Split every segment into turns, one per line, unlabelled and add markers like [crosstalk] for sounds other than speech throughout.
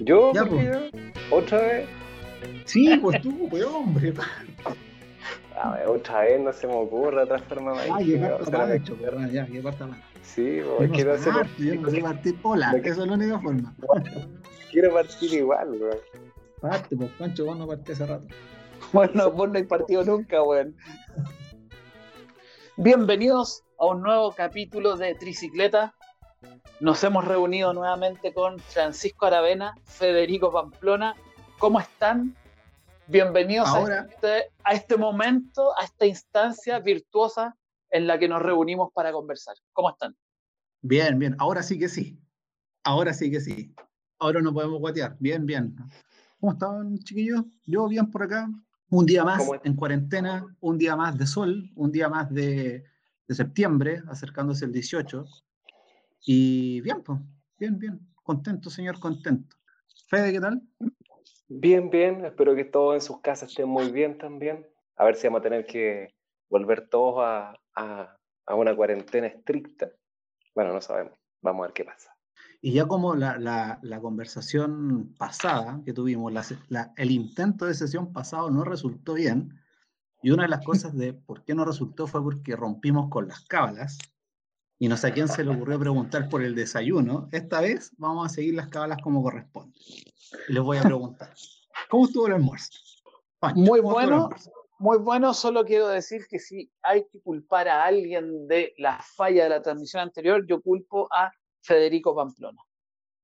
Yo,
Ya,
¿por qué yo? otra vez.
Sí, pues tú, pues hombre. [laughs]
A ver, otra vez no se me ocurre otra forma más.
Ah,
ingeniosa,
llevar
¿no?
parlancho, perdón, ya, llevar parlancho.
Sí, bo,
Yo no
quiero
sé
hacer.
parto, Yo no sé partir pola,
Lo que-
esa es la única forma.
Quiero partir igual, weón.
Parte, pues Pancho, vos no partí hace rato.
Bueno, vos no hay partido nunca, weón. Bienvenidos a un nuevo capítulo de Tricicleta. Nos hemos reunido nuevamente con Francisco Aravena, Federico Pamplona. ¿Cómo están? Bienvenidos a
Ahora.
este- a este momento, a esta instancia virtuosa en la que nos reunimos para conversar. ¿Cómo están?
Bien, bien, ahora sí que sí. Ahora sí que sí. Ahora no podemos guatear. Bien, bien. ¿Cómo están, chiquillos? Yo bien por acá. Un día más
¿Cómo es?
en cuarentena, un día más de sol, un día más de, de septiembre, acercándose el 18. Y bien, pues, bien, bien. Contento, señor, contento. Fede, ¿qué tal?
Bien, bien. Espero que todos en sus casas estén muy bien también. A ver si vamos a tener que volver todos a, a- a una cuarentena estricta. Bueno, no sabemos. Vamos a ver qué pasa.
Y ya como la, la- la conversación pasada que tuvimos, la se- la- el intento de sesión pasado no resultó bien, y una de las cosas de por qué no resultó fue porque rompimos con las cábalas, y no sé a quién se le ocurrió preguntar por el desayuno, esta vez vamos a seguir las cábalas como corresponde. Y les voy a preguntar, ¿cómo estuvo el almuerzo? Pancho,
Muy
¿cómo estuvo el
bueno.
almuerzo?
Muy bueno, solo quiero decir que si hay que culpar a alguien de la falla de la transmisión anterior, yo culpo a Federico Pamplona.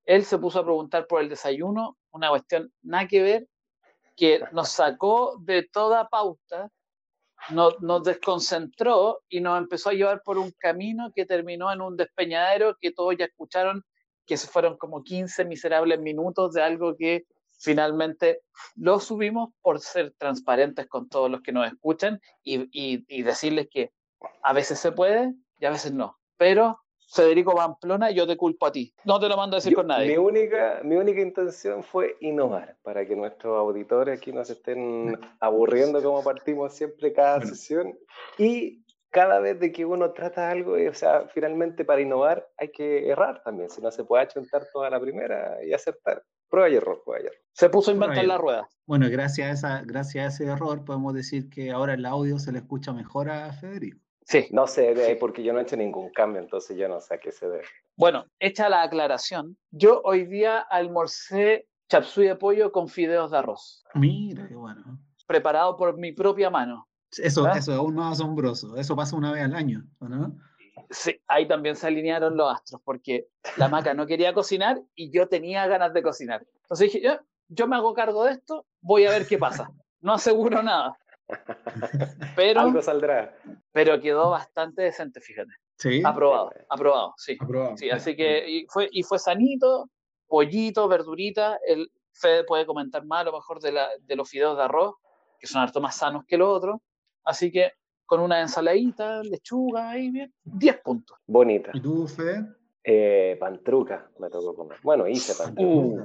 Él se puso a preguntar por el desayuno, una cuestión nada que ver, que nos sacó de toda pauta, no- nos desconcentró y nos empezó a llevar por un camino que terminó en un despeñadero que todos ya escucharon, que se fueron como 15 miserables minutos de algo que finalmente lo subimos por ser transparentes con todos los que nos escuchan y, y- y decirles que a veces se puede y a veces no. Pero, Federico Pamplona, yo te culpo a ti. No te lo mando a decir
Yo-
con nadie.
mi, única, mi única intención fue innovar para que nuestros auditores aquí no se estén aburriendo como partimos siempre cada
Bueno.
sesión. Y cada vez de que uno trata algo, eh, o sea, finalmente para innovar hay que errar también. Si no se puede achuntar toda la primera y acertar. Prueba y error, prueba y error.
Se puso a
Bueno,
inventar
ya.
la rueda.
Bueno, gracias a, esa, gracias a ese error podemos decir que ahora el audio se le escucha mejor a Federico.
Sí.
No sé, de- porque yo no he hecho ningún cambio, entonces yo no sé a qué se debe.
Bueno, hecha la aclaración, yo hoy día almorcé chapsui de pollo con fideos de arroz,
Mira, qué bueno.
preparado por mi propia mano.
Eso,
¿Ah?
eso es aún más asombroso. Eso pasa una vez al año, ¿o ¿no?
Sí, ahí también se alinearon los astros, porque la maca no quería cocinar y yo tenía ganas de cocinar. Entonces dije, "Ya, yo me hago cargo de esto, voy a ver qué pasa. No aseguro nada,
Algo
pero,
saldrá.
pero quedó bastante decente, fíjate.
Sí.
Aprobado, aprobado, sí.
Aprobado.
sí así que y fue, y fue sanito, pollito, verdurita. El Fede puede comentar más a lo mejor de, la, de los fideos de arroz, que son harto más sanos que los otros. Así que con una ensaladita, lechuga, ahí bien, 10 puntos.
Bonita.
¿Y tú, Fede?
Eh, pantruca me tocó comer. Bueno, hice pantruca.
Uh.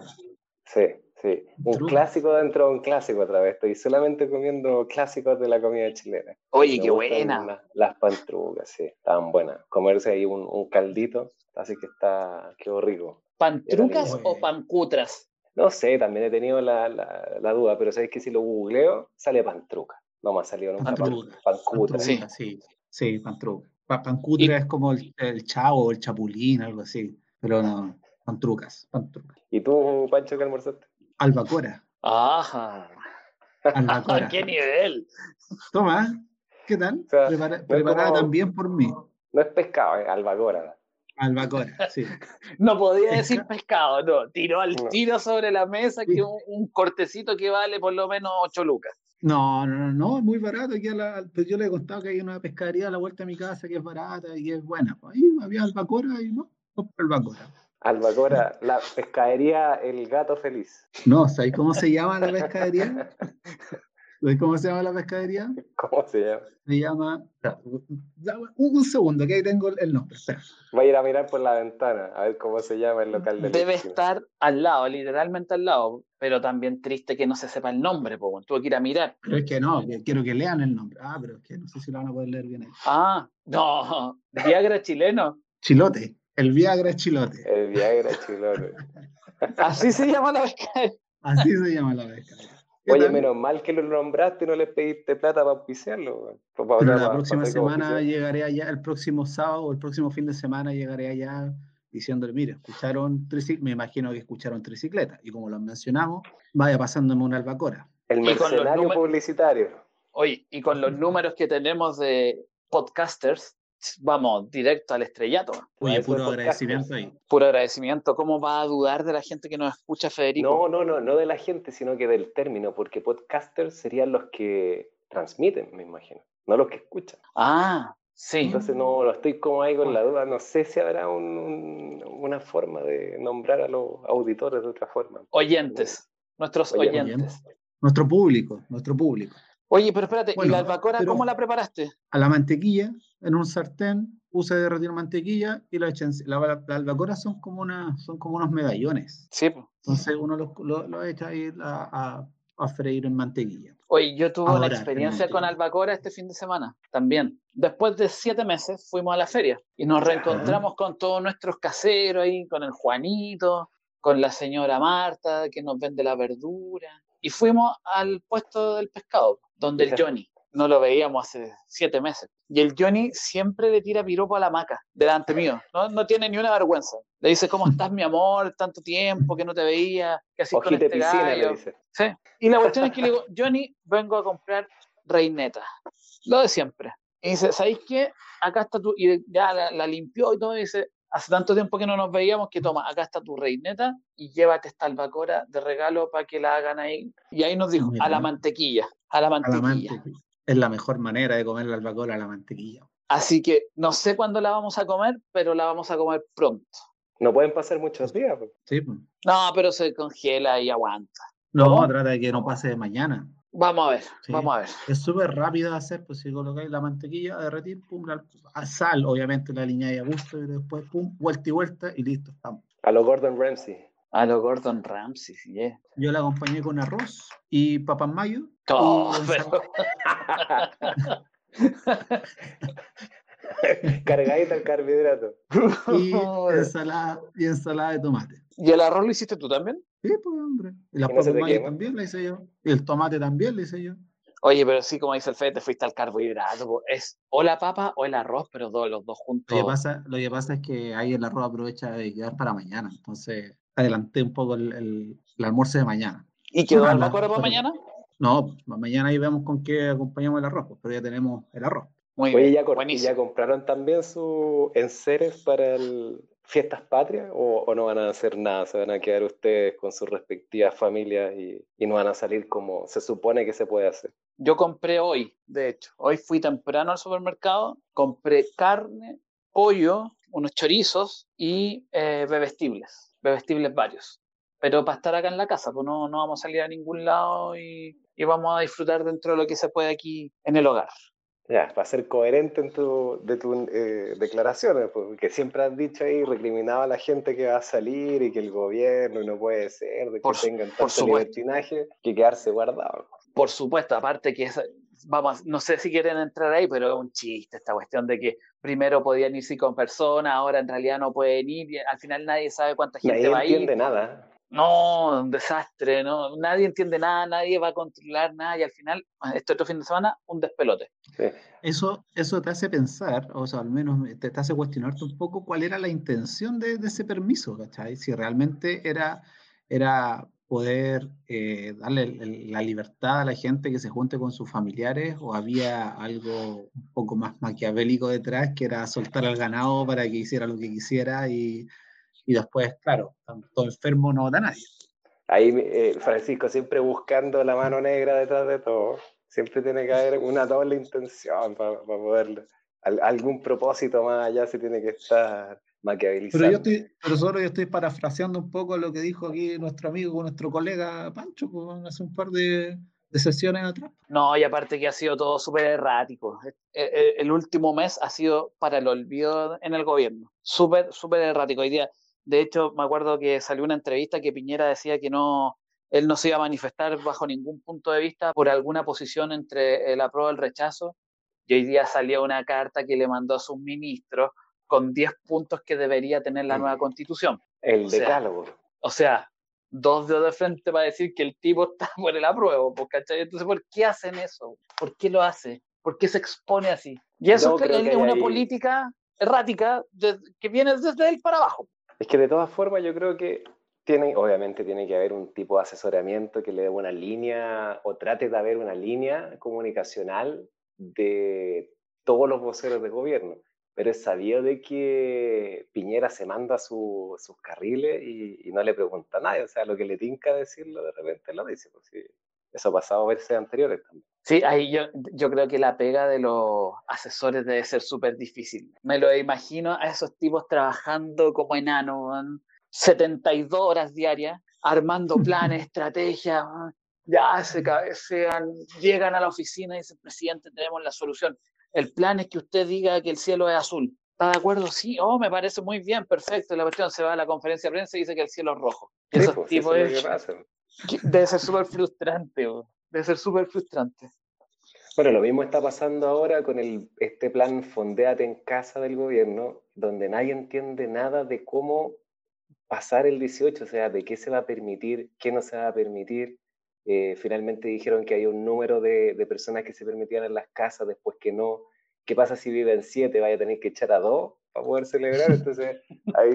Sí, sí. Un
Truco.
clásico dentro de un clásico otra vez. Estoy solamente comiendo clásicos de la comida chilena.
Oye,
Me
qué
gustan
buena.
la- las pantrucas, sí, estaban buenas. Comerse ahí un, un caldito, así que está, quedó rico.
¿Pantrucas
Era
o
lindo.
pancutras?
No sé, también he tenido la, la, la duda, pero sabéis que si lo googleo, sale pantruca. No me ha salido nunca
Pantruca,
pan- pancutra.
Pantruca,
Sí.
sí. Sí, pantruca. Pa- Pancutra es como el, el chavo, el chapulín, algo así. Pero no, pantrucas, pantrucas.
¿Y tú, Pancho, qué almorzaste?
[laughs]
Albacora,
Ajá.
albacora.
[laughs] ¿Qué nivel?
Toma, ¿qué tal?
sea,
Prepara-
es
preparada
como-
también por mí.
No es pescado, es albacora.
Albacora, sí.
No podía decir pescado, no. Tiró al
No.
tiro sobre la mesa que un, un cortecito que vale por lo menos 8 lucas.
No, no, no, no, es muy barato. Aquí a la- pues yo le he contado que hay una pescadería a la vuelta de mi casa que es barata y es buena. Pues ahí había albacora y no, compré albacora.
Albacora, la pescadería El Gato Feliz. [laughs]
No, ¿sabes cómo se llama la pescadería? ¿Cómo se llama la pescadería?
¿Cómo se llama?
Se llama. dame Un, un segundo, que ahí tengo el nombre. espera.
Va a ir a mirar por la ventana a ver cómo se llama el local de la
Debe
esquina.
estar al lado, literalmente al lado, pero también triste que no se sepa el nombre, po, weón. tuve que ir a mirar.
Pero es que no, que quiero que lean el nombre. Ah, pero es que no sé si lo van a poder leer bien ahí.
Ah, no, [laughs] Viagra chileno.
Chilote. El Viagra es chilote.
El Viagra chileno.
Así se llama la pescadería.
Así se llama la pescadería. [laughs] ¿Qué
Oye,
tal?
menos mal que lo nombraste y no le pediste plata para auspiciarlo. weón. Pues Pa- pa-
Pero
pa-
la
pa-
próxima
pa- como
semana
auspiciar.
llegaré allá, el próximo sábado o el próximo fin de semana llegaré allá diciéndole, mire, escucharon tricicleta, me imagino que escucharon tricicleta, y como lo mencionamos, vaya pasándome una albacora.
El
Y con los
mercenario
números-
publicitario.
Oye, y con los números que tenemos de podcasters, vamos directo al estrellato.
Oye,
Ahí fue
puro
el podcast. pues.
agradecimiento ahí.
Puro agradecimiento. ¿Cómo va a dudar de la gente que nos escucha, Federico?
No, no, no, no de la gente, sino que del término, porque podcasters serían los que transmiten, me imagino, no los que escuchan.
Ah, sí.
Entonces no, no estoy como ahí con la duda, no sé si habrá un- un- una forma de nombrar a los auditores de otra forma.
Oyentes, nuestros
Oyentes.
oyentes.
Nuestro público, nuestro público.
Oye, pero espérate, ¿y
Bueno,
la albacora
pero-
cómo la preparaste?
A la mantequilla, en un sartén, puse a derretir mantequilla y la eché en- la, la- la albacora son como, una, son como unos medallones.
Sí. po.
Entonces uno los lo, lo echa ahí a, a- a freír en mantequilla.
Oye, yo tuve una
Ahora,
experiencia
realmente.
con albacora este fin de semana también. Después de siete meses fuimos a la feria y nos reencontramos con todos nuestros caseros ahí, con el Juanito, con la señora Marta que nos vende la verdura. Y fuimos al puesto del pescado, donde el
Fíjate.
Johnny, no lo veíamos hace siete meses. Y el Johnny siempre le tira piropo a la maca delante mío. No, no tiene ni una vergüenza. Le dice, ¿cómo estás, mi amor? Tanto tiempo que no te veía. ¿Qué haces con
Ojite
este
piscina, le
gallo?
dice.
Sí. Y la cuestión es que le digo, Johnny, vengo a comprar reineta. Lo de siempre. Y dice, ¿sabéis qué? Acá está tu... Y ya la, la limpió y todo. Y dice, hace tanto tiempo que no nos veíamos que toma, acá está tu reineta y llévate esta albacora de regalo para que la hagan ahí. Y ahí nos dijo,
Mira.
a la mantequilla, a la
A la
mantequilla.
mantequilla. Es la mejor manera de comer la albacora a la mantequilla.
Así que no sé cuándo la vamos a comer, pero la vamos a comer pronto.
No pueden pasar muchos días. po.
Sí, po.
No, pero se congela y aguanta.
No,
¿Cómo?
trata de que no pase de mañana.
Vamos a ver,
Sí.
vamos a ver.
Es súper rápido de hacer, pues si colocáis la mantequilla a derretir, pum, la, a sal, obviamente la aliñáis a gusto y después, pum, vuelta y vuelta y listo, estamos.
A los Gordon Ramsay.
A lo Gordon Ramsay, sí, eh.
Yo la acompañé con arroz y papas mayo.
Oh,
y
pero-
ensalada.
Cargadita al carbohidrato.
Y
Joder.
ensalada, y ensalada de tomate.
¿Y el arroz lo hiciste tú también?
Sí, pues, hombre. Y las
¿Y no se te
papas mayo
quema?
también la hice yo. Y el tomate también la hice yo.
Oye, pero sí, como dice el Fede, te fuiste al carbohidrato. po. Es o la papa o el arroz, pero do- los dos
Lo que,
Oh.
juntos.
pasa, lo que pasa es que ahí el arroz aprovecha de quedar para mañana. Entonces, adelanté un poco el, el- el almuerzo de mañana.
¿Y quedó
Ah,
el
la-
macoro
pero-
para mañana?
No, pues, ma- mañana ahí vemos con qué acompañamos el arroz, pues, pero ya tenemos el arroz.
Muy
Oye,
bien.
¿ya, cor-
buenísimo.
ya compraron también sus enseres para el fiestas patrias o, o no van a hacer nada? ¿Se van a quedar ustedes con sus respectivas familias y, y no van a salir como se supone que se puede hacer?
Yo compré hoy, de hecho. Hoy fui temprano al supermercado, compré carne, pollo, unos chorizos y eh, bebestibles, bebestibles varios. Pero para estar acá en la casa, pues no, no vamos a salir a ningún lado y, y vamos a disfrutar dentro de lo que se puede aquí en el hogar.
Ya, para ser coherente en tu, de tus eh, declaraciones, porque siempre has dicho ahí, recriminaba a la gente que va a salir y que el gobierno no puede ser, de que
Por su-
tengan tanto
supuesto.
libertinaje, que quedarse guardado.
Por supuesto, aparte que es, vamos, no sé si quieren entrar ahí, pero es un chiste esta cuestión de que primero podían irse con personas, ahora en realidad no pueden ir, y al final nadie sabe cuánta gente
Nadie
va a ir.
entiende nada.
No, un desastre, no, nadie entiende nada, nadie va a controlar nada y al final, este otro fin de semana, un despelote.
Eso, eso te hace pensar, o sea, al menos me- te, te hace cuestionarte un poco cuál era la intención de, de ese permiso, ¿cachai? Si realmente era, era poder eh, darle el- el- la libertad a la gente que se junte con sus familiares o había algo un poco más maquiavélico detrás, que era soltar al ganado para que hiciera lo que quisiera y, y después, claro, tanto enfermo no da nadie.
Ahí eh, Francisco siempre buscando la mano negra detrás de todo. Siempre tiene que haber una doble intención para, poder... al- algún propósito más allá se tiene que estar
Pero yo
maquiavelizando.
estoy, pero solo yo estoy parafraseando un poco lo que dijo aquí nuestro amigo, nuestro colega Pancho, pues, hace un par de, de sesiones atrás.
No, y aparte que ha sido todo súper errático. Eh, eh, El último mes ha sido para el olvido en el gobierno. Súper, súper errático. Hoy día, de hecho, me acuerdo que salió una entrevista que Piñera decía que no, él no se iba a manifestar bajo ningún punto de vista por alguna posición entre el apruebo y el rechazo. Y hoy día salió una carta que le mandó a sus ministros con 10 puntos que debería tener la nueva constitución.
El
O sea,
decálogo.
O sea, dos dedos de frente para decir que el tipo [laughs] está por el apruebo, pues, ¿cachai? Entonces, ¿por qué hacen eso? ¿Por qué lo hace? ¿Por qué se expone así? Y eso
No,
es que-
creo que
es
hay
una
ahí-
política errática de- que viene desde él para abajo.
Es que de todas formas yo creo que tiene, obviamente tiene que haber un tipo de asesoramiento que le dé una línea o trate de haber una línea comunicacional de todos los voceros de gobierno. Pero es sabido de que Piñera se manda su- sus carriles y, y no le pregunta a nadie. O sea, lo que le tinca decirlo de repente lo dice. Pues sí, eso ha pasado veces anteriores también.
Sí, ahí yo, yo creo que la pega de los asesores debe ser súper difícil. Me lo imagino a esos tipos trabajando como enano, weón, 72 horas diarias,
[laughs]
armando planes, estrategias, weón. ya se cabecean, llegan a la oficina y dicen, presidente, tenemos la solución. El plan es que usted diga que el cielo es azul. ¿Está de acuerdo? Sí, oh, me parece muy bien, perfecto. La cuestión se va a la conferencia de prensa y dice que el cielo es rojo. Y
Sí,
esos
pues, eso
tipos
es lo
es-
que pasa.
que- debe ser súper frustrante, weón. debe ser súper frustrante.
Bueno, lo mismo está pasando ahora con el, este plan Fondéate en casa del gobierno, donde nadie entiende nada de cómo pasar el 18, o sea, de qué se va a permitir, qué no se va a permitir. Eh, finalmente dijeron que hay un número de, de personas que se permitían en las casas, después que no. ¿Qué pasa si viven siete? ¿Vaya a tener que echar a dos para poder celebrar? Entonces, hay,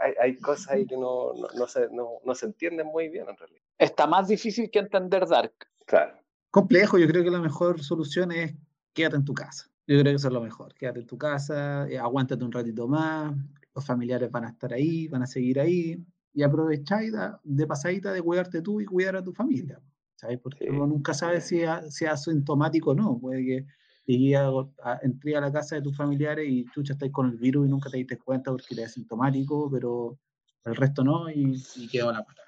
hay, hay cosas ahí que no, no, no se, no- no se entienden muy bien en realidad.
está más difícil que entender Dark.
Claro.
Complejo, yo creo que la mejor solución es quédate en tu casa. Yo creo que eso es lo mejor. Quédate en tu casa, eh, aguántate un ratito más, los familiares van a estar ahí, van a seguir ahí, y aprovechá y da- de pasadita de cuidarte tú y cuidar a tu familia. ¿Sabes? Porque
Sí,
uno nunca sabe si es, si es asintomático o no. Puede que llegues a, a- entré a la casa de tus familiares y chucha, estáis con el virus y nunca te diste cuenta porque eres asintomático, pero el resto no y, y quedó la pata.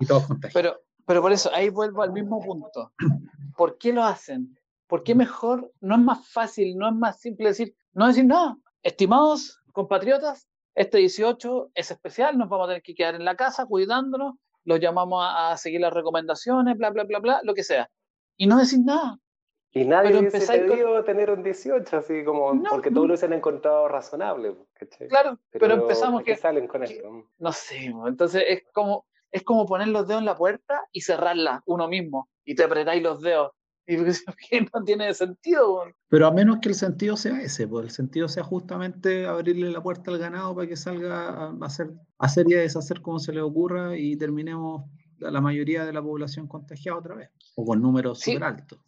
Y todos contagiados.
Pero, pero por eso, ahí vuelvo al mismo punto. ¿Por qué lo hacen? ¿Por qué mejor? No es más fácil, no es más simple decir, no decir nada. Estimados compatriotas, este 18 es especial, nos vamos a tener que quedar en la casa cuidándonos, los llamamos a, a seguir las recomendaciones, bla, bla, bla, bla, lo que sea. Y no decir nada.
Y nadie
Pero
hubiese
empezáis con-
pedido tener un 18, así como,
No,
porque
no.
todos lo hubiesen encontrado razonable, ¿cachai?
Claro, pero,
¿por
empezamos
qué
que,
salen con
que-
esto? Mm.
no sé, bo, entonces es como, es como poner los dedos en la puerta y cerrarla uno mismo y te apretáis los dedos. Y [laughs] que no tiene sentido. bo.
Pero a menos que el sentido sea ese, pues el sentido sea justamente abrirle la puerta al ganado para que salga a a hacer, a hacer y a deshacer como se le ocurra y terminemos a la mayoría de la población contagiada otra vez, o con números
Sí.
súper altos.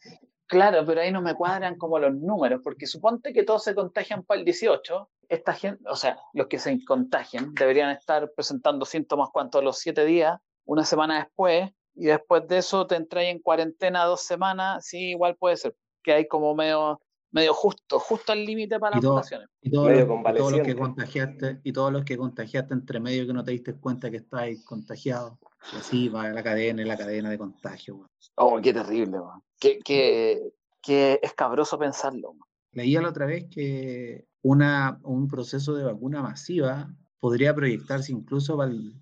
Claro, pero ahí no me cuadran como los números, porque suponte que todos se contagian para el 18, esta gente, o sea, los que se contagian deberían estar presentando síntomas cuanto a los 7 días, una semana después, y después de eso te entráis en cuarentena dos semanas, sí, igual puede ser, que hay como medio, medio justo, justo al límite para
Y
las
todo-
votaciones.
Y todos,
Medio
los, y todos los que
convaleciente.
contagiaste, y todos los que contagiaste entre medio que no te diste cuenta que estáis contagiados, y así va la cadena y la cadena de contagio. weón.
Oh, qué terrible, weón. Qué, qué, qué escabroso pensarlo. weón.
Leía la otra vez que una, un proceso de vacuna masiva podría proyectarse incluso para el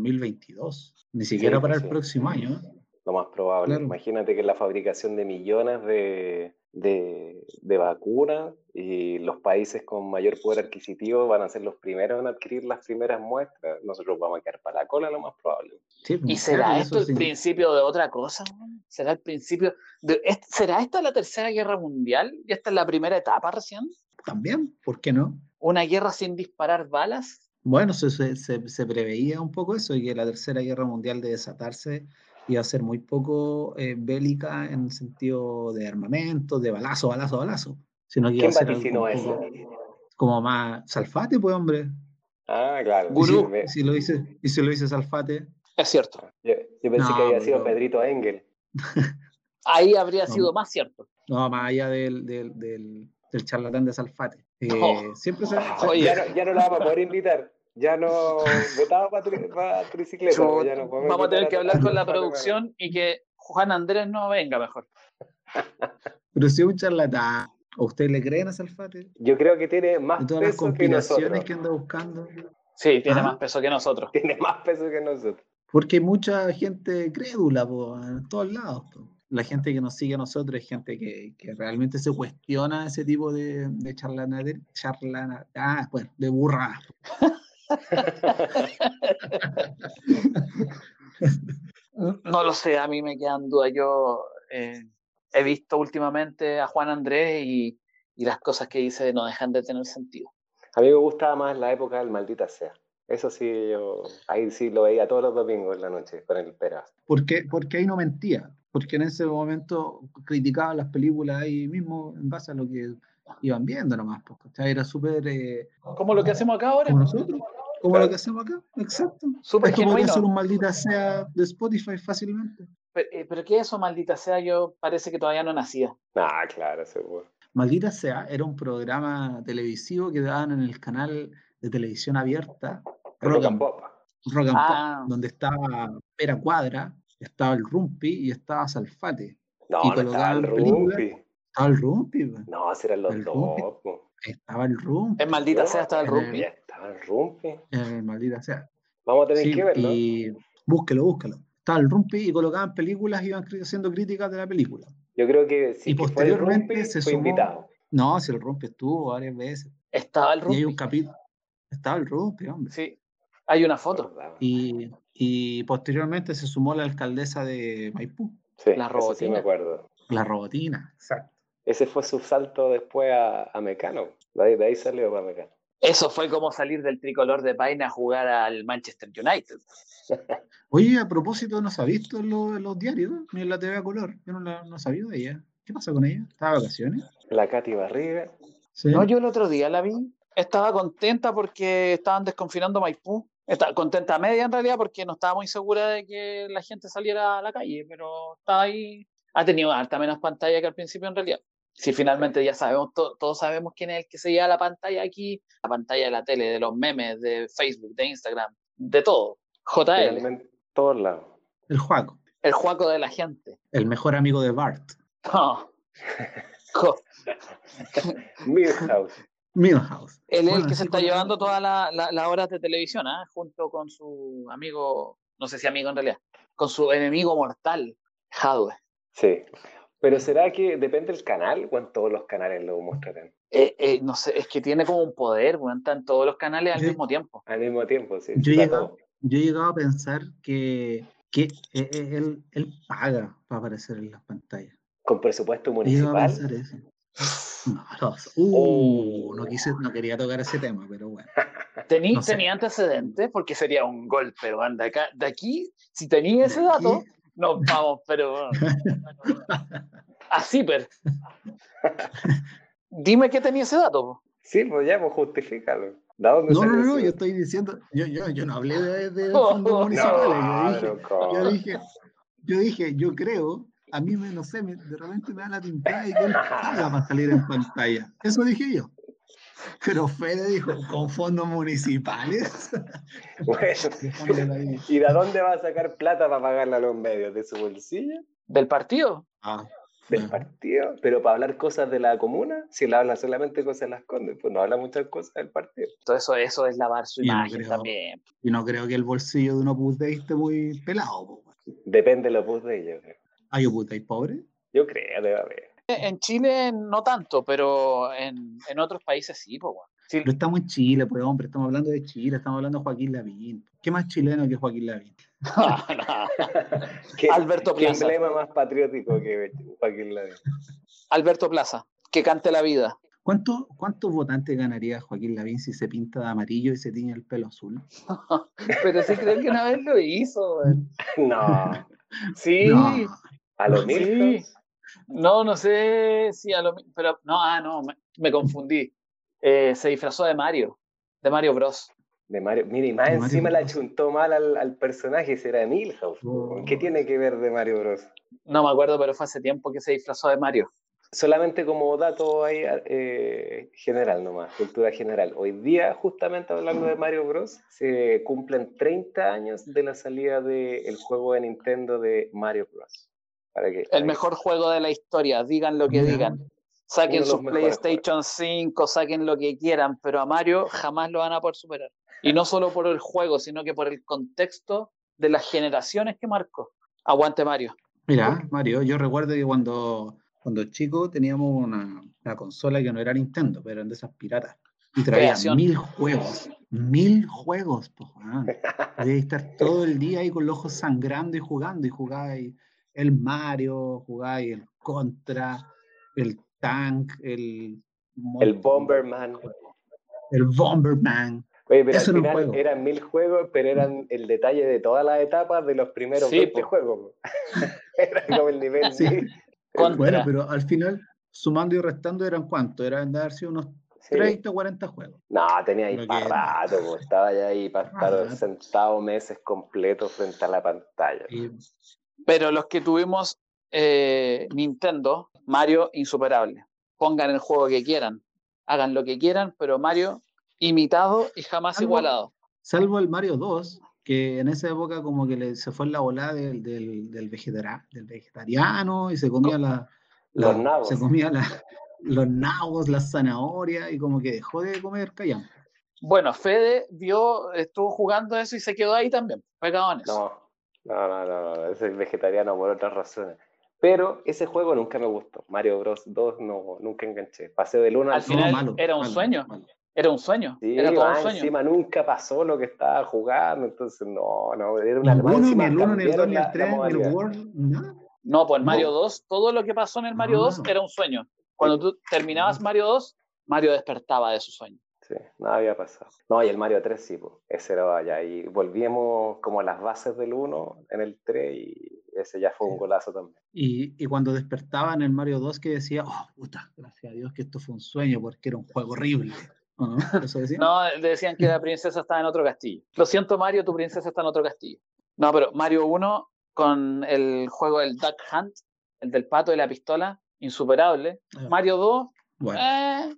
2022, ni siquiera
pues
para el
sí.
próximo año. ¿eh?
Lo más probable.
Claro.
Imagínate que la fabricación de millones de, de, de vacunas y los países con mayor poder adquisitivo van a ser los primeros en adquirir las primeras muestras. Nosotros vamos a quedar para la cola, lo más probable.
Sí,
¿Y
pues,
será
claro,
esto
eso
el
sin-
principio de otra cosa? weón? ¿Será el principio de est- será esta la tercera guerra mundial? ¿Y esta es la primera etapa recién?
también, ¿por qué no?
¿Una guerra sin disparar balas?
Bueno, se, se, se- se preveía un poco eso, y que la Tercera Guerra Mundial de desatarse iba a ser muy poco eh, bélica en sentido de armamento, de balazo, balazo, balazo, sino que iba a
¿Quién
ser algo
vaticinó
un
eso?
poco como más salfate, pues hombre.
Ah, claro.
Y si-
Gurú.
Me-
y si lo dice, y si lo dice salfate,
Es cierto.
Yo, yo pensé
No,
que había
pero-
sido Pedrito Engel.
Ahí habría
No.
sido más cierto.
No, más allá del, del, del, del charlatán de Salfate. Eh, siempre se. se-
Oye.
Ya no, ya no la vamos a poder invitar. Ya no votaba para, tricicleta.
Chu-
ya no podemos
Vamos a tener
invitar
que hablar con
[laughs]
la
Vale, vale.
producción y que Juan Andrés no venga mejor.
Pero si es un charlatán, ¿a usted le creen a Salfate?
Yo creo que tiene más
De todas las
peso que
conspiraciones
nosotros.
que anda buscando.
Sí, tiene
Ah.
más peso que nosotros.
[laughs] Tiene más peso que nosotros.
Porque hay mucha gente crédula po, en todos lados. po. La gente que nos sigue a nosotros es gente que, que realmente se cuestiona ese tipo de, de charlanader- charlana- ah, bueno, de burra.
No lo sé, a mí me quedan dudas. Yo eh, he visto últimamente a Juan Andrés y, y las cosas que dice no dejan de tener sentido.
A mí me gustaba más la época del maldita sea. Eso sí, yo ahí sí lo veía todos los domingos en la noche con el peras.
Porque, porque ahí no mentía. Porque en ese momento criticaba las películas ahí mismo en base a lo que iban viendo nomás. po, ¿cachai? Era súper... eh,
Como lo que hacemos acá ahora.
como nosotros. Como
Claro.
lo que hacemos acá. Exacto.
Súper
Esto podría
genuino.
ser un maldita sea de Spotify fácilmente.
Pero, eh, pero que eso, maldita sea, yo parece que todavía no nacía.
Ah, claro, seguro.
Maldita sea, era un programa televisivo que daban en el canal de televisión abierta,
Rock and
Pop,
Pop.
Rock and Pop,
Ah.
donde estaba Pera Cuadra, estaba el Rumpi y estaba Salfate.
No,
Y
no estaba el
colocaban películas.
Rumpi.
Estaba el Rumpi, po,
No, si eran los
El
dos.
Rumpi.
po.
estaba el Rumpi,
Es maldita sea hasta el
en
rugby.
Ya estaba el Rumpi.
eh, maldita sea.
Vamos a tener
Sí,
que verlo.
y búsquelo, búsquelo. Estaba el Rumpi y colocaban películas y iban cri- haciendo críticas de la película.
Yo creo que si
y
que fue el
posteriormente
Rumpi,
se
fue
sumó-
invitado.
No, si el Rumpi estuvo varias veces.
Estaba el
Y hay un
rugby.
capítulo. Estaba el Rumpi, hombre.
Sí, hay una foto.
Recordaba.
Y, y posteriormente se sumó la alcaldesa de Maipú,
Sí,
la
eso sí me
robotina.
acuerdo.
la robotina. Exacto.
Ese fue su salto después a, a Mecano. De ahí, de ahí salió para Mecano.
Eso fue como salir del tricolor de Paina a jugar al Manchester United.
Oye, a propósito, ¿no se ha visto en lo- en los diarios ni en la TV a color? Yo no, la, no sabía de ella. ¿Qué pasa con ella? ¿Está de vacaciones?
La Katy Barriga.
Sí.
No, yo el otro día la vi. Estaba contenta porque estaban desconfinando Maipú. Estaba contenta a media en realidad porque no estaba muy segura de que la gente saliera a la calle, pero está ahí. Ha tenido harta menos pantalla que al principio en realidad. Si finalmente ya sabemos, to- todos sabemos quién es el que se lleva la pantalla aquí, la pantalla de la tele, de los memes, de Facebook, de Instagram, de todo. JL,
Finalmente, todos lados.
El Juaco,
el juaco de la gente.
el mejor amigo de Bart.
No. Jo-
Milhouse.
Milhouse.
Él es
Bueno, pues,
el que se
así
está
con-
llevando todas la- la- las horas de televisión, ¿ah? junto con su amigo, no sé si amigo en realidad, con su enemigo mortal, Hadwe.
Sí. Pero será que depende del canal o en todos los canales lo mostrarán?
Eh, eh, no sé, es que tiene como un poder, weón, está en todos los canales al
Yo-
mismo tiempo.
Al mismo tiempo, sí.
Yo
está
llegaba-
todo.
Yo he llegado a pensar que, que eh, eh, él, él paga para aparecer en las pantallas.
Con presupuesto
He llegado a
municipal. Oh.
pensar
[laughs]
eso. No, no, uh, no, quise, no quería tocar ese tema,
[laughs]
pero bueno.
Tení-
No sé.
Tenía antecedentes porque sería un golpe, weón, de, acá, de aquí, si tenía ese
De aquí-
dato, nos vamos, pero
[laughs]
weón, a Zipper. Dime que tenía ese dato. po.
Sí, pues ya, pues justifícalo. ¿De dónde
No,
salió
no, no,
eso?
yo estoy diciendo, yo, yo, yo no hablé
[laughs]
de, de
Oh,
fondos
oh,
municipales,
No,
yo, dije,
pero ¿cómo?
yo dije, yo dije, yo creo, a mí me, no sé, me- de repente me da la tintada y que él paga para salir en pantalla. Eso dije yo. Pero Fede dijo, con fondos
[laughs]
municipales.
Bueno,
Dejándolo ahí.
¿Y de dónde va a sacar plata para pagarla a los medios? ¿De su bolsillo?
¿Del partido?
Ah,
¿Del
Ajá.
partido? ¿Pero para hablar cosas de la comuna? Si él habla solamente cosas de las condes, pues no habla muchas cosas del partido.
Todo eso, eso es lavar su
Yo no
imagen
creo.
también.
y no creo que el bolsillo de uno puteí esté muy pelado. po.
Depende de los bus de ellos. creo.
Ah, yo puteí pobre.
Yo creo, debe haber.
En Chile no tanto, pero en, en otros países sí, pues, weón. [laughs] Sí,
Pero estamos en Chile, pues hombre, estamos hablando de Chile, estamos hablando de Joaquín Lavín. ¿Qué más chileno que Joaquín Lavín?
¿Qué,
Alberto
qué
Plaza.
emblema más patriótico que Joaquín Lavín?
Alberto Plaza, que cante la vida.
¿Cuánto- ¿Cuántos votantes ganaría Joaquín Lavín si se pinta de amarillo y se tiñe el pelo azul?
Pero sí creo que una vez lo hizo, weón.
[laughs]
No.
Sí.
No,
A los
Sí.
Milhouse.
No, no sé si a lo mi- pero no, ah, no, me, me confundí. Eh, se disfrazó de Mario, de Mario Bros.
De Mario. Mira, y más
De Mario
encima la
Bros.
chuntó mal al, al personaje, será de Milhouse. po. ¿Qué
Oh.
tiene que ver de Mario Bros?
No me acuerdo, pero fue hace tiempo que se disfrazó de Mario.
Solamente como dato ahí, eh, general nomás, cultura general. Hoy día, justamente hablando de Mario Bros, se cumplen 30 años de la salida del juego de Nintendo de Mario Bros. Para que,
El mejor juego de la historia, digan lo que
Ya.
digan.
Uno
Saquen
de los
sus
mejores
PlayStation 5, saquen lo que quieran, pero a Mario jamás lo van a poder superar. Y no solo por el juego, sino que por el contexto de las generaciones que marcó. Aguante Mario.
Mira, Mario, yo recuerdo que cuando, cuando chico teníamos una, una consola que no era Nintendo, pero eran de esas piratas. Y traía
Creación.
mil juegos, mil juegos, pues, weón. Debía estar todo el día ahí con los ojos sangrando y jugando, y jugáis el Mario, jugáis el Contra, el Tank, el...
El Bomberman.
El Bomberman.
Oye, pero
Eso
al
era un
final
juego.
eran mil juegos, pero eran el detalle de todas las etapas de los primeros
Sí,
20
po.
juegos. po. [laughs] Era como el nivel.
Sí.
sí,
Contra.
Bueno, pero al final, sumando y restando, ¿eran cuántos? Eran de haber sido unos
sí.
30 o 40 juegos.
No, tenía ahí
Lo
para
que-
rato, po. estaba ya ahí para estar
Rato.
sentado meses completos frente a la pantalla.
Y-
Pero los que tuvimos eh, Nintendo, Mario insuperable. Pongan el juego que quieran, hagan lo que quieran, pero Mario imitado y jamás
Algo-
igualado.
Salvo el Mario 2, que en esa época como que le- se fue en la volada del, del, del vegetara- del vegetariano y se comía la, la-
Los nabos.
se comía la- los nabos, las zanahorias y como que dejó de comer callampa.
Bueno, Fede vio, estuvo jugando eso y se quedó ahí también, pegado en eso.
No, no, no, no, no, es el vegetariano por otras razones. Pero ese juego nunca me gustó. Mario Bros. 2 no, nunca enganché. Pasé del 1
Al
al
No,
cinco.
final era un sueño.
malo.
Era un sueño,
Sí,
era todo un
más
sueño.
encima nunca pasó lo que estaba jugando, entonces no, no, era una más
Ninguno, ni
encima
el 1, ni el 2,
cambiaron
ni
la-
el
la
3, ni el
modalidad.
World, nada.
No, pues
No.
Mario 2, todo lo que pasó en el Mario 2
Ah.
era un sueño. Cuando tú terminabas Mario 2, Mario despertaba de su sueño.
Sí, nada había pasado. No, y el Mario 3 sí, po, ese era ya, y volvíamos como a las bases del 1 en el 3 y ese ya fue un
Sí.
golazo también.
Y, y cuando despertaba en el Mario 2 que decía, oh, puta, gracias a Dios que esto fue un sueño porque era un juego horrible. ¿O
[laughs]
¿No? ¿Eso decía?
No, le decían que la princesa estaba en otro castillo. Lo siento, Mario, tu princesa está en otro castillo. No, pero Mario 1 con el juego del Duck Hunt, el del pato y la pistola, insuperable.
Ah,
Mario 2,
bueno.
eh,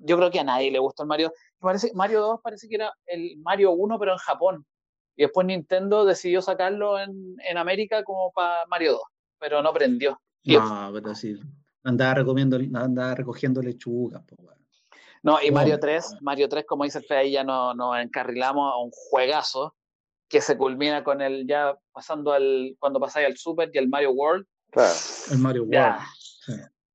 yo creo que a nadie le gustó el Mario. Parece, Mario 2 parece que era el Mario 1, pero en Japón. Y después Nintendo decidió sacarlo en, en América como para Mario 2, pero no prendió. Y-
No, pero sí. Andaba, recomiendo, andaba recogiendo lechugas. po, weón.
No, y Mario
Hombre,
3,
weón.
Mario 3, como dice el Fede, ahí ya no- nos encarrilamos a un juegazo que se culmina con el ya pasando al cuando pasáis al Super y el Mario World.
Claro,
El Mario World.
Ya.
sí.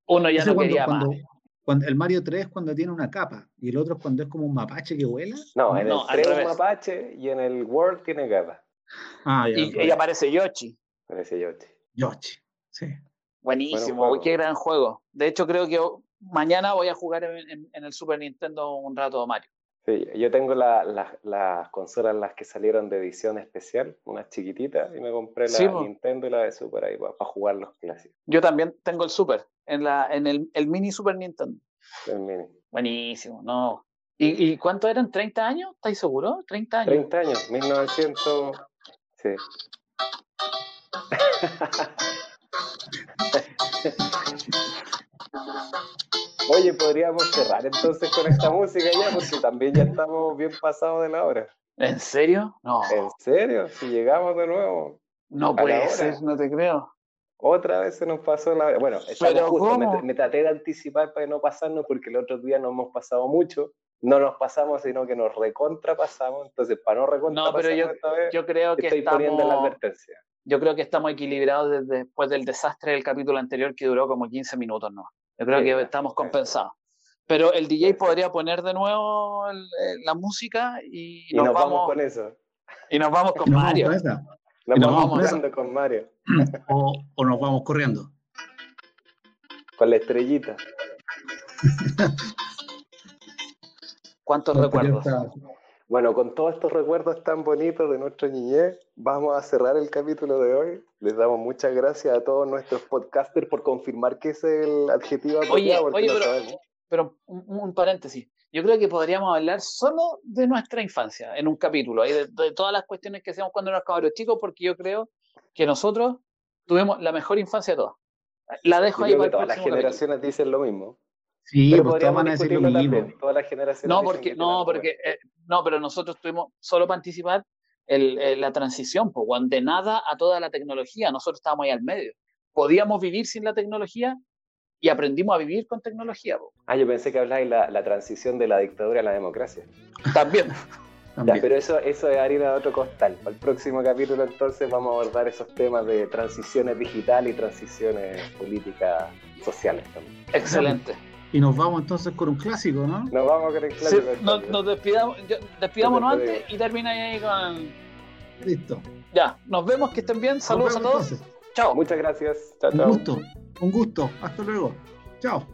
Uno ya
Ese
no
cuando-
quería
cuando-
más.
cuando- el Mario 3 cuando tiene una capa y el otro es cuando es como un mapache que vuela.
no, en
No, al
el 3 un
revés.
mapache y en el World tiene capa,
Ah, ya.
Y,
bueno.
y aparece Yoshi.
parece yo. che.
Yoshi. Sí.
Buen
Buenísimo,
juego.
uy, qué gran juego. De hecho, creo que o- mañana voy a jugar en, en- en el Super Nintendo un rato Mario.
Sí, yo tengo la- la- las consolas las que salieron de edición especial, unas chiquititas, y me compré la
Sí, po.
Nintendo y la de Super ahí para jugar los clásicos,
Yo también tengo el Super, en, la, en el, el mini Super Nintendo.
el mini.
Buenísimo, no. ¿Y, y cuánto eran? ¿30 años? ¿Estáis seguros? ¿30 años?
30 años, 1900. Sí. [laughs] Oye, podríamos cerrar entonces con esta música ya, porque también ya estamos bien pasados de la hora.
¿En serio? No.
¿En serio? Si llegamos de nuevo,
No
la hora.
puede ser, no te creo.
otra vez se nos pasó la hora. Bueno, estamos
Pero
justo, me,
¿cómo?
me traté de anticipar para no pasarnos, porque el otro día nos hemos pasado mucho. No nos pasamos, sino que nos recontrapasamos. Entonces, para no
No, pero
recontrapasarnos
yo,
esta vez,
yo creo que
estoy poniendo la
estamos,
advertencia.
yo creo que estamos equilibrados desde después del desastre del capítulo anterior que duró como 15 minutos, ¿no? Yo creo
Sí,
que
ya,
estamos
perfecto.
compensados. Pero el DJ
Perfecto.
podría poner de nuevo el- eh, la música y,
Y nos vamos, con eso.
y nos vamos
Y
con
nos vamos
Mario.
con esa,
Nos
Y nos
vamos,
vamos con eso.
jugando con Mario,
O, o nos vamos corriendo.
con la estrellita.
¿Cuántos recuerdos?
Bueno, con todos estos recuerdos tan bonitos de nuestra niñez, vamos a cerrar el capítulo de hoy. Les damos muchas gracias a todos nuestros podcasters por confirmar que ese es el adjetivo apropiado, porque
oye,
lo
pero-
sabemos.
Pero un, un paréntesis. Yo creo que podríamos hablar solo de nuestra infancia en un capítulo, ahí de, de todas las cuestiones que hacíamos cuando éramos cabros chicos, porque yo creo que nosotros tuvimos la mejor infancia de todas. La
Yo
dejo ahí
creo que
para el
todas las
próximo capítulo.
generaciones dicen lo mismo.
Sí,
pero
pues todos
podríamos
van a decir lo
discutirlo
mismo.
también. Todas las generaciones
No,
dicen
porque,
que
no,
tienen
porque, eh, no, pero nosotros tuvimos solo para anticipar el- eh, la transición, pues, weón, de nada a toda la tecnología, nosotros estábamos ahí al medio. podíamos vivir sin la tecnología y aprendimos a vivir con tecnología. pues. po.
Ah, yo pensé que habláis la, la transición de la dictadura a la democracia. [laughs]
También.
Ya,
pues, También.
pero eso, eso es harina de otro costal. Para el próximo capítulo entonces vamos a abordar esos temas de transiciones digitales y transiciones políticas sociales también.
Excelente.
Y nos vamos entonces con un clásico, ¿no?
Nos vamos con el
Sí,
clásico.
nos,
entonces.
nos despidamos, yo- despidámonos antes y termina ahí con...
Listo.
Ya, nos vemos, que estén bien. Saludos a
Nos
todos.
vemos entonces.
Chao.
Muchas gracias. Chao,
Un
chao.
gusto. Un gusto. Hasta luego. Chao.